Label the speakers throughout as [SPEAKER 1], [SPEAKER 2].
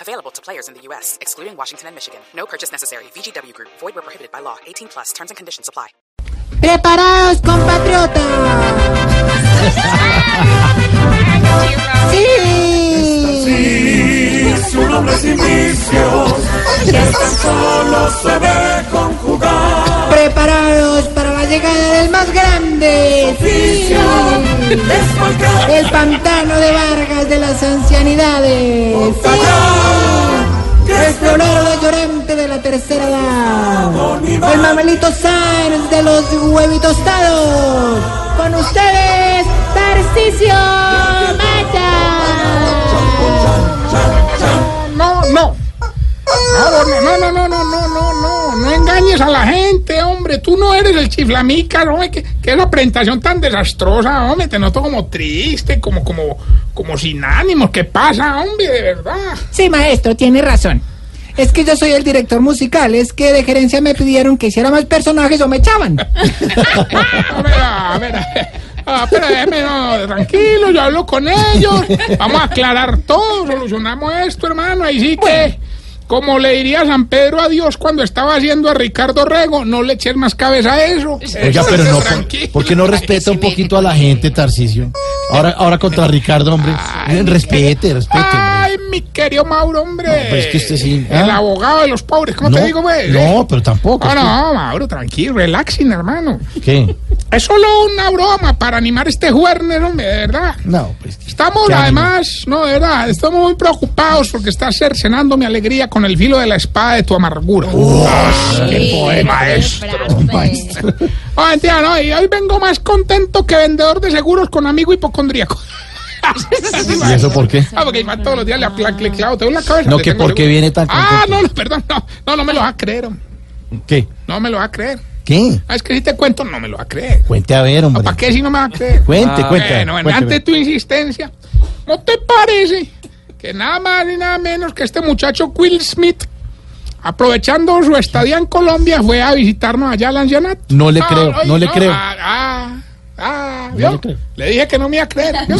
[SPEAKER 1] Available to players in the U.S., excluding Washington and Michigan. No purchase necessary. VGW Group, void were prohibited by law. 18 plus terms and conditions apply.
[SPEAKER 2] ¡Preparados, compatriotas! ¡Sí!
[SPEAKER 3] Y su nombre sin vicios, que tan solo se ve conjugar.
[SPEAKER 2] ¡Preparados para la llegada del más grande! ¡Sí!
[SPEAKER 3] Desfalcar,
[SPEAKER 2] ¡El pantano de Vargas de las ancianidades!
[SPEAKER 3] pagar, que
[SPEAKER 2] ¡El florero llorante de la tercera edad! ¡El mamelito Sáenz de los huevitos tostados! ¡Con ustedes, Tarcicio Mata!
[SPEAKER 4] no, no. No, no, no, no, no, no, no, no, no engañes a la gente, hombre. Tú no eres el chiflamícaro, hombre. Que, que esa presentación tan desastrosa, hombre. Te noto como triste, como, como, como sin ánimos. ¿Qué pasa, hombre? De verdad.
[SPEAKER 2] Sí, maestro, tiene razón. Es que yo soy el director musical, es que de gerencia me pidieron que hiciera más personajes o me echaban.
[SPEAKER 4] A ver, a ver, a ver. Ah, pero déjeme, no, tranquilo, yo hablo con ellos. Vamos a aclarar todo, solucionamos esto, hermano. Ahí sí que, como le diría San Pedro a Dios cuando estaba haciendo a Ricardo Rego, no le eches más cabeza a eso.
[SPEAKER 5] Oiga,
[SPEAKER 4] Eso,
[SPEAKER 5] pero no,
[SPEAKER 4] tranquilo.
[SPEAKER 5] ¿por, por qué no respeta un poquito a la gente, Tarcisio? Ahora, ahora contra Ricardo, hombre. Eh, respete, respete. hombre.
[SPEAKER 4] Ay, mi querido Mauro, hombre.
[SPEAKER 5] pero es que usted sí,
[SPEAKER 4] El
[SPEAKER 5] ¿ah?
[SPEAKER 4] abogado de los pobres, ¿cómo te digo, güey?
[SPEAKER 5] no, pero tampoco.
[SPEAKER 4] Ah,
[SPEAKER 5] es
[SPEAKER 4] no, Mauro, tranquilo, relaxing, hermano.
[SPEAKER 5] que- ¿Qué?
[SPEAKER 4] Es solo una broma para animar este jueves, hombre, de verdad.
[SPEAKER 5] No, pues. que-
[SPEAKER 4] Estamos,
[SPEAKER 5] qué ánimo.
[SPEAKER 4] además, no, de verdad, estamos muy preocupados porque estás cercenando mi alegría con el filo de la espada de tu amargura. Ah, ¡Qué poema es! Ah, mentira, no, y hoy vengo más contento que vendedor de seguros con amigo hipocondríaco.
[SPEAKER 5] ¿Y eso por qué?
[SPEAKER 4] Ah, porque Iván todos los días le apla- le clavo, te doy la cabeza.
[SPEAKER 5] No,
[SPEAKER 4] le
[SPEAKER 5] que
[SPEAKER 4] tengo
[SPEAKER 5] por qué
[SPEAKER 4] seguro.
[SPEAKER 5] viene tan
[SPEAKER 4] Ah,
[SPEAKER 5] contento.
[SPEAKER 4] no, no, perdón, no, no, no me lo vas a creer, hombre.
[SPEAKER 5] ¿Qué?
[SPEAKER 4] no me lo vas a creer.
[SPEAKER 5] ¿Qué?
[SPEAKER 4] Ah, es que si te cuento, no me lo vas a creer.
[SPEAKER 5] Cuente a ver, hombre.
[SPEAKER 4] ¿Para qué si no me vas a creer?
[SPEAKER 5] Cuente, cuente.
[SPEAKER 4] Bueno, bueno,
[SPEAKER 5] cuente,
[SPEAKER 4] ante tu insistencia, ¿no te parece que nada más ni nada menos que este muchacho Will Smith, aprovechando su estadía en Colombia, fue a visitarnos allá al ancianato?
[SPEAKER 5] No le creo, no le creo.
[SPEAKER 4] Ah, ah, ah,
[SPEAKER 5] No
[SPEAKER 4] ¿vio?
[SPEAKER 5] le creo.
[SPEAKER 4] le dije que no me iba a creer. ¿vio?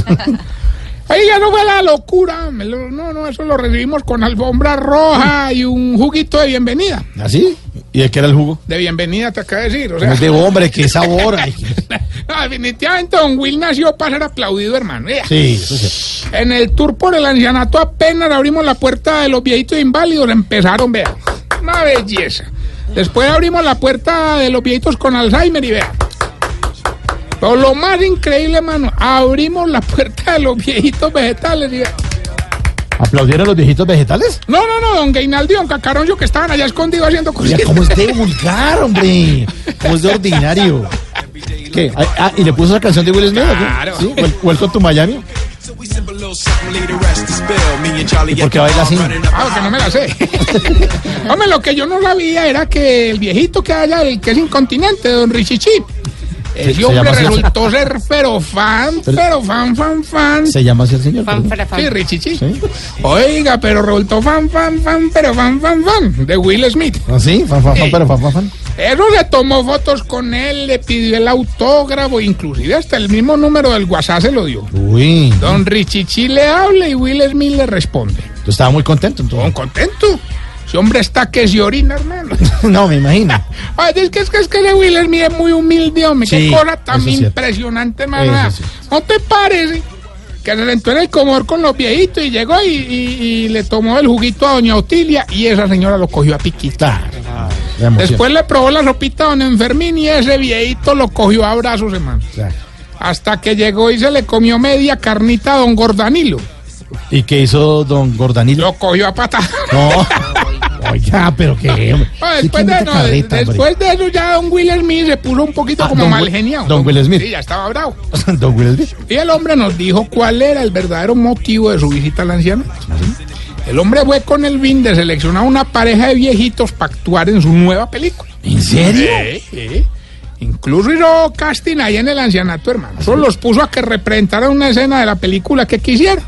[SPEAKER 4] Ahí ya no fue la locura. me lo- No, no, eso lo recibimos con alfombra roja y un juguito de bienvenida.
[SPEAKER 5] ¿Así? ¿Ah, ¿Y de qué era el jugo?
[SPEAKER 4] De bienvenida te acaba de decir. O sea,
[SPEAKER 5] Es de hombre, qué sabor. ay,
[SPEAKER 4] no, definitivamente Don Will nació para ser aplaudido, hermano. Vea.
[SPEAKER 5] Sí, eso sí.
[SPEAKER 4] En el tour por el ancianato apenas abrimos la puerta de los viejitos inválidos, empezaron, vea, una belleza. Después abrimos la puerta de los viejitos con Alzheimer y vea. Pero lo más increíble, hermano, abrimos la puerta de los viejitos vegetales y vea.
[SPEAKER 5] ¿Aplaudieron los viejitos vegetales?
[SPEAKER 4] No, no, no, don Gainaldi, don Cacaroncio, que estaban allá escondidos haciendo
[SPEAKER 5] Mira,
[SPEAKER 4] cositas.
[SPEAKER 5] ¿cómo es de vulgar, hombre? ¿Cómo es de ordinario? ¿Qué? Ah, ah, ¿Y le puso la canción de Will Smith? o qué?
[SPEAKER 4] Claro.
[SPEAKER 5] ¿Sí? Wel- Welcome to Miami.
[SPEAKER 3] ¿Y
[SPEAKER 5] ¿Y por qué baila así?
[SPEAKER 4] Ah, que no me la sé. Hombre, lo que yo no sabía era que el viejito que haya, el que es incontinente, don Richichi,
[SPEAKER 5] Se-
[SPEAKER 4] ese
[SPEAKER 5] se
[SPEAKER 4] hombre
[SPEAKER 5] llama así.
[SPEAKER 4] resultó ser pero fan,
[SPEAKER 5] Pero-
[SPEAKER 4] pero fan, fan, fan.
[SPEAKER 5] Se llama así el señor. perdón.
[SPEAKER 4] Sí, Richichi.
[SPEAKER 5] Sí.
[SPEAKER 4] Oiga, pero resultó fan, fan, fan, pero fan, fan, fan, de Will Smith.
[SPEAKER 5] ¿Ah, sí? Fan, fan, fan, pero fan, fan, fan.
[SPEAKER 4] Eso le tomó fotos con él, le pidió el autógrafo, inclusive hasta el mismo número del WhatsApp se lo dio.
[SPEAKER 5] Uy,
[SPEAKER 4] Don Richichi le habla y Will Smith le responde.
[SPEAKER 5] yo estaba muy contento
[SPEAKER 4] Don
[SPEAKER 5] entonces.
[SPEAKER 4] contento. Ese hombre está que se orina, hermano.
[SPEAKER 5] No, me imagino.
[SPEAKER 4] Ay, es que es que es que de Will Smith es muy humilde, hombre.
[SPEAKER 5] Sí,
[SPEAKER 4] Qué cosa tan
[SPEAKER 5] eso es cierto.
[SPEAKER 4] impresionante,
[SPEAKER 5] Eso
[SPEAKER 4] hermano.
[SPEAKER 5] es cierto.
[SPEAKER 4] ¿No te parece? Que se sentó en el comedor con los viejitos y llegó y, y- y le tomó el juguito a doña Otilia y esa señora lo cogió a piquita.
[SPEAKER 5] Claro. La emoción.
[SPEAKER 4] Después le probó la ropita a don Enfermín y ese viejito lo cogió a brazos, hermano.
[SPEAKER 5] Claro.
[SPEAKER 4] Hasta que llegó y se le comió media carnita a don Gordanilo.
[SPEAKER 5] ¿Y qué hizo don Gordanilo?
[SPEAKER 4] Lo cogió a patada.
[SPEAKER 5] No. Oiga, pero qué. hombre.
[SPEAKER 4] Ah,
[SPEAKER 5] Sí,
[SPEAKER 4] después,
[SPEAKER 5] qué
[SPEAKER 4] de,
[SPEAKER 5] meta
[SPEAKER 4] no, de-
[SPEAKER 5] carreta, hombre.
[SPEAKER 4] después de eso ya Don Will Smith se puso un poquito
[SPEAKER 5] Ah,
[SPEAKER 4] como
[SPEAKER 5] don
[SPEAKER 4] mal
[SPEAKER 5] Will-
[SPEAKER 4] geniado.
[SPEAKER 5] don Will Smith.
[SPEAKER 4] Sí, ya estaba bravo.
[SPEAKER 5] Don Will Smith.
[SPEAKER 4] Y el hombre nos dijo cuál era el verdadero motivo de su visita al anciano. El hombre fue con el fin de seleccionar una pareja de viejitos para actuar en su nueva película.
[SPEAKER 5] ¿En serio?
[SPEAKER 4] Eh, eh. Incluso hizo casting ahí en el ancianato, hermano. Solo los puso a que representaran una escena de la película que quisiera.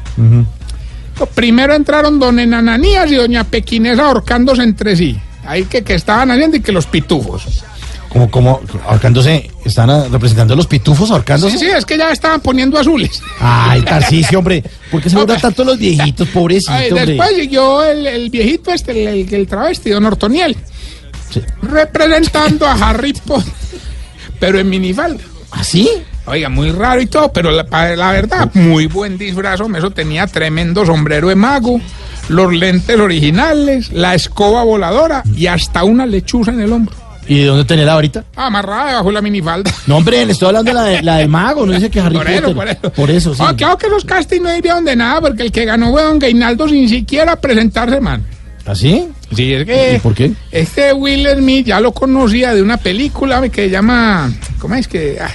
[SPEAKER 4] Primero entraron don Enananías y doña Pequinesa ahorcándose entre sí. Ahí que, que estaban haciendo y que los pitufos.
[SPEAKER 5] Como, como, ahorcándose, están ah, representando a los pitufos ahorcándose.
[SPEAKER 4] Sí, sí, es que ya estaban poniendo azules.
[SPEAKER 5] Ay, Tarcicio, hombre, ¿por qué se burlan tanto los viejitos,
[SPEAKER 4] Ay,
[SPEAKER 5] pobrecitos, hombre?
[SPEAKER 4] Ah, después siguió el, el viejito este, el, el, el travesti, don Ortoniel,
[SPEAKER 5] Sí.
[SPEAKER 4] representando a Harry Potter, pero en minifalda.
[SPEAKER 5] ¿Así?
[SPEAKER 4] Oiga, muy raro y todo, pero la, pa- la verdad, muy buen disfraz, hombre. Eso tenía tremendo sombrero de mago, los lentes originales, la escoba voladora y hasta una lechuza en el hombro.
[SPEAKER 5] ¿Y de dónde tenerla ahorita?
[SPEAKER 4] Amarrada debajo de la minifalda.
[SPEAKER 5] No, hombre, le estoy hablando de la de, la de Mago, no dice que Harry
[SPEAKER 4] Por eso,
[SPEAKER 5] Potter.
[SPEAKER 4] por eso.
[SPEAKER 5] Por eso, sí.
[SPEAKER 4] Ah, claro que los castings no irían de nada, porque el que ganó fue don Gainaldo sin siquiera presentarse, man.
[SPEAKER 5] ¿Así?
[SPEAKER 4] Sí, es que...
[SPEAKER 5] ¿Ah, ¿Y por qué?
[SPEAKER 4] Este Will Smith ya lo conocía de una película que se llama. ¿Cómo es que.? ay,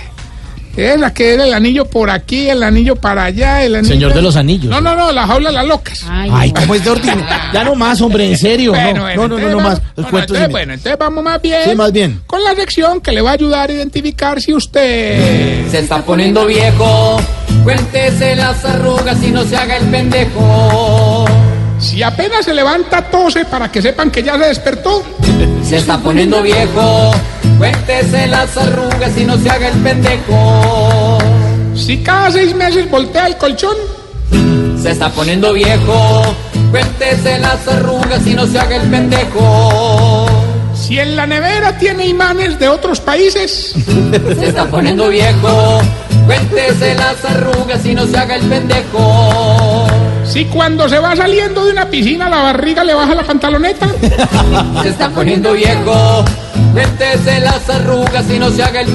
[SPEAKER 4] es la que era el anillo por aquí, el anillo para allá, el anillo.
[SPEAKER 5] Señor de los Anillos.
[SPEAKER 4] No, no, no, la jaula de las locas.
[SPEAKER 5] Ay, ¿cómo es de ordinario? Ya no más, hombre, en serio. no, no, no, no,
[SPEAKER 4] entonces
[SPEAKER 5] no
[SPEAKER 4] vamos-
[SPEAKER 5] más. Los
[SPEAKER 4] bueno,
[SPEAKER 5] cuentos
[SPEAKER 4] entonces,
[SPEAKER 5] y-
[SPEAKER 4] bueno, entonces vamos más bien.
[SPEAKER 5] Sí, más bien.
[SPEAKER 4] Con la sección que le va a ayudar a identificar si usted.
[SPEAKER 6] Se está poniendo viejo, cuéntese las arrugas y no se haga el pendejo.
[SPEAKER 4] Si apenas se levanta, tose para que sepan que ya se despertó.
[SPEAKER 6] Se está poniendo viejo, cuéntese las arrugas y no se haga el pendejo.
[SPEAKER 4] Si cada seis meses voltea el colchón.
[SPEAKER 6] Se está poniendo viejo, cuéntese las arrugas y no se haga el pendejo.
[SPEAKER 4] Si en la nevera tiene imanes de otros países.
[SPEAKER 6] Se está poniendo viejo, cuéntese las arrugas y no se haga el pendejo.
[SPEAKER 4] Si cuando se va saliendo de una piscina la barriga le baja la pantaloneta.
[SPEAKER 6] Se está poniendo viejo, cuéntese las arrugas y no se haga el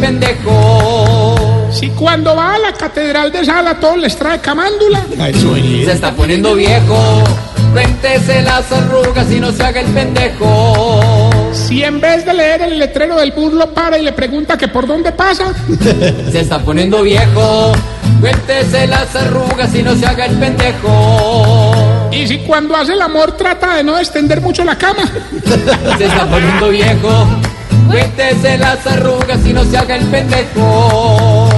[SPEAKER 6] pendejo.
[SPEAKER 4] Si cuando va a la catedral de Sala todo les trae camándula.
[SPEAKER 5] Ay, soy-
[SPEAKER 6] Se está poniendo viejo, cuéntese las arrugas y no se haga el pendejo.
[SPEAKER 4] Si en vez de leer el letrero del bus lo para y le pregunta que por dónde pasa.
[SPEAKER 6] Se está poniendo viejo, cuéntese las arrugas y no se haga el pendejo.
[SPEAKER 4] Y si cuando hace el amor trata de no extender mucho la cama.
[SPEAKER 6] Se está poniendo viejo, cuéntese las arrugas y no se haga el pendejo.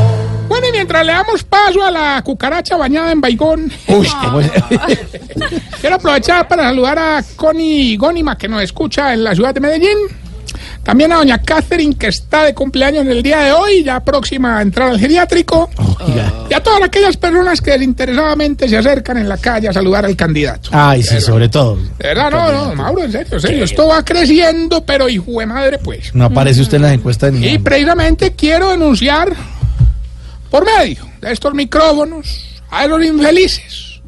[SPEAKER 4] Bueno, y mientras le damos paso a la cucaracha bañada en baigón,
[SPEAKER 5] Uy, cómo es-
[SPEAKER 4] quiero aprovechar para saludar a Connie Gónima que nos escucha en la ciudad de Medellín. También a doña Catherine que está de cumpleaños en el día de hoy, ya próxima a entrar al geriátrico.
[SPEAKER 5] Oiga.
[SPEAKER 4] Y a todas aquellas personas que desinteresadamente se acercan en la calle a saludar al candidato.
[SPEAKER 5] Ay, sí, sobre todo.
[SPEAKER 4] De verdad, no, no, Mauro, en serio, en serio. Esto va creciendo, pero hijo de madre, pues.
[SPEAKER 5] No aparece usted en las encuestas ni.
[SPEAKER 4] Y precisamente quiero denunciar por medio de estos micrófonos a esos infelices,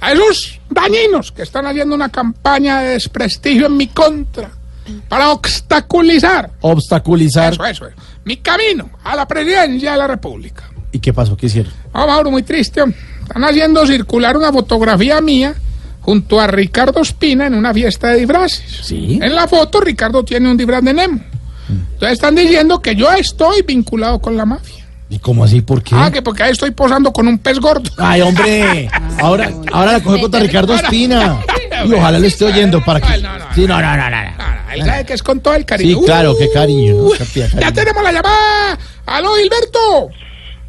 [SPEAKER 4] a esos dañinos que están haciendo una campaña de desprestigio en mi contra para obstaculizar
[SPEAKER 5] Obstaculizar.
[SPEAKER 4] eso, eso, eso, mi camino a la presidencia de la República.
[SPEAKER 5] ¿Y qué pasó? ¿Qué hicieron?
[SPEAKER 4] Ah, Mauro, muy triste. Están haciendo circular una fotografía mía junto a Ricardo Espina en una fiesta de disfraces.
[SPEAKER 5] Sí.
[SPEAKER 4] En la foto, Ricardo tiene un disfraz de Nemo. Entonces están diciendo que yo estoy vinculado con la mafia.
[SPEAKER 5] ¿Y cómo así? ¿Por qué? Ah,
[SPEAKER 4] Ah, que porque ahí estoy posando con un pez gordo.
[SPEAKER 5] Ay, hombre. Ahora, ahora la coge contra Ricardo Espina. Y ojalá le esté oyendo para que.
[SPEAKER 4] No, no, no.
[SPEAKER 5] Sí, no, no, no, no.
[SPEAKER 4] Ah, él sabe que es con todo el
[SPEAKER 5] Sí,
[SPEAKER 4] cariño.
[SPEAKER 5] claro, qué cariño.
[SPEAKER 4] Uh,
[SPEAKER 5] qué pía,
[SPEAKER 4] ya
[SPEAKER 5] cariño.
[SPEAKER 4] tenemos la llamada. ¡Aló, Gilberto!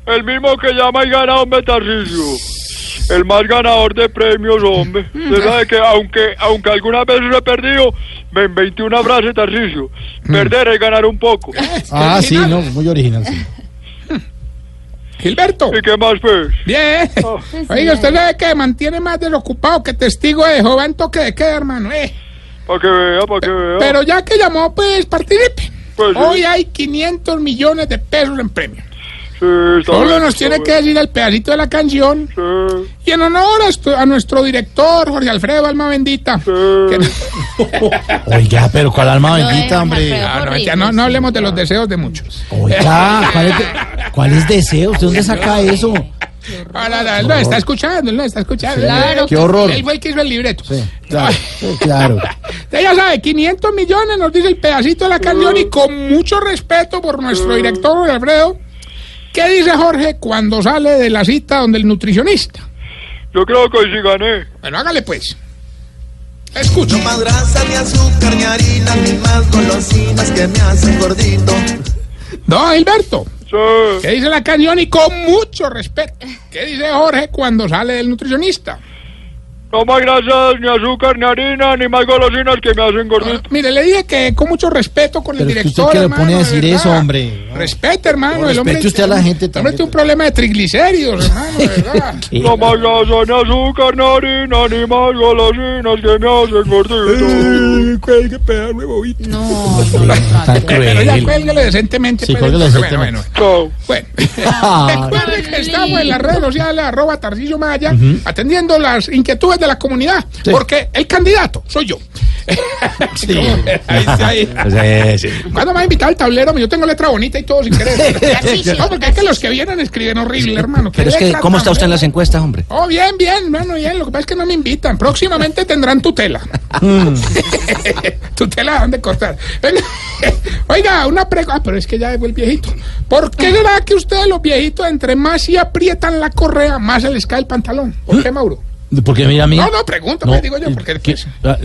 [SPEAKER 7] El mismo que llama y gana, hombre, Tarcisio. El más ganador de premios, hombre. Usted sabe que, aunque, aunque algunas veces he perdido, me inventé una frase, Tarcisio. Perder es ganar un poco.
[SPEAKER 5] Ah, sí,
[SPEAKER 4] Original.
[SPEAKER 5] no, muy original. sí.
[SPEAKER 4] Gilberto.
[SPEAKER 7] ¿Y qué más, pues?
[SPEAKER 4] Bien.
[SPEAKER 7] Oh.
[SPEAKER 4] Oiga, usted sabe que mantiene más desocupado que testigo de Jehová en toque de queda, hermano. Eh.
[SPEAKER 7] Para que vea, para que vea.
[SPEAKER 4] Pero ya que llamó, pues participe.
[SPEAKER 7] Pues sí.
[SPEAKER 4] Hoy hay 500 millones de pesos en premio.
[SPEAKER 7] Sí, está
[SPEAKER 4] Solo
[SPEAKER 7] bien,
[SPEAKER 4] nos
[SPEAKER 7] está
[SPEAKER 4] tiene que
[SPEAKER 7] bien.
[SPEAKER 4] decir el pedacito de la canción.
[SPEAKER 7] Sí,
[SPEAKER 4] Y en honor a, estu- a nuestro director, Jorge Alfredo Alma Bendita. que no-
[SPEAKER 5] Oiga, pero cuál alma bendita, hombre.
[SPEAKER 4] Ah, no, mentira, no, no hablemos de los deseos de muchos.
[SPEAKER 5] Oiga, ¿cuál es, de- cuál es deseo? ¿Usted dónde saca eso?
[SPEAKER 4] Ah, no, no, él nos está escuchando, él nos está escuchando.
[SPEAKER 5] Claro. Qué horror.
[SPEAKER 4] Él fue el que hizo el libreto.
[SPEAKER 5] Sí, claro, sí, claro.
[SPEAKER 4] Usted ya sabe, 500 millones nos dice el pedacito de la canción
[SPEAKER 7] Mm.
[SPEAKER 4] y con mucho respeto por nuestro director Jorge Alfredo. ¿Qué dice Jorge cuando sale de la cita donde el nutricionista?
[SPEAKER 7] Yo creo que hoy sí gané.
[SPEAKER 4] Bueno, hágale pues. Escucho.
[SPEAKER 8] No madraza, ni azúcar, ni harina, ni más golosinas que me hacen gordito.
[SPEAKER 4] Don Gilberto,
[SPEAKER 7] Sí.
[SPEAKER 4] ¿qué dice la canción? Y con mucho respeto. ¿Qué dice Jorge cuando sale del nutricionista?
[SPEAKER 7] No más grasas, ni azúcar, ni harina, ni más golosinas que me hacen gordito.
[SPEAKER 4] Ah, Mire, le dije que con mucho respeto con
[SPEAKER 5] Pero
[SPEAKER 4] el
[SPEAKER 5] es que
[SPEAKER 4] director.
[SPEAKER 5] usted que le
[SPEAKER 4] hermano,
[SPEAKER 5] pone a
[SPEAKER 4] de
[SPEAKER 5] decir
[SPEAKER 4] verdad.
[SPEAKER 5] eso, hombre. No.
[SPEAKER 4] Ah. Respete, hermano.
[SPEAKER 5] Respete
[SPEAKER 4] el hombre
[SPEAKER 5] usted a la gente
[SPEAKER 4] El hombre
[SPEAKER 5] también.
[SPEAKER 4] tiene un problema de triglicéridos, hermano, de verdad.
[SPEAKER 7] No más grasas, ni azúcar, ni harina, ni más golosinas que me hacen gordito.
[SPEAKER 4] Cuelgue, pedazo de bobito.
[SPEAKER 8] No, no, no,
[SPEAKER 5] Tan
[SPEAKER 4] Eh, Pero ya
[SPEAKER 5] cruel.
[SPEAKER 4] cuélguele decentemente.
[SPEAKER 5] Sí,
[SPEAKER 4] pues,
[SPEAKER 5] cuélguele
[SPEAKER 4] entonces,
[SPEAKER 5] decentemente.
[SPEAKER 4] Bueno,
[SPEAKER 7] Chao.
[SPEAKER 4] bueno. bueno.
[SPEAKER 5] Ah,
[SPEAKER 4] Recuerde que estamos en las redes sociales, arroba Tarcillo Maya, atendiendo las inquietudes de la comunidad,
[SPEAKER 5] Sí.
[SPEAKER 4] porque el candidato soy yo.
[SPEAKER 5] sí.
[SPEAKER 4] Ahí, ahí.
[SPEAKER 5] Sí, sí.
[SPEAKER 4] ¿Cuándo me va a invitar al tablero? Yo tengo letra bonita y todo sin querer. No, porque es que los que vienen escriben horrible, hermano.
[SPEAKER 9] Pero es que, ¿cómo está usted en las
[SPEAKER 4] encuestas?
[SPEAKER 9] encuestas, hombre?
[SPEAKER 4] Oh, bien, bien, hermano, bien. Lo que pasa es que no me invitan. Próximamente tendrán tutela. tutela, ¿dónde cortar? Venga, Oiga, una pregunta. pero es que ya llegó el viejito. ¿Por qué será que ustedes, los viejitos, entre más si aprietan la correa, más se les cae el pantalón? ¿Por qué, Mauro?
[SPEAKER 5] ¿Por qué mira a mí?
[SPEAKER 4] No, no, pregunta, pues, digo yo, porque-
[SPEAKER 5] ¿qué? Ah,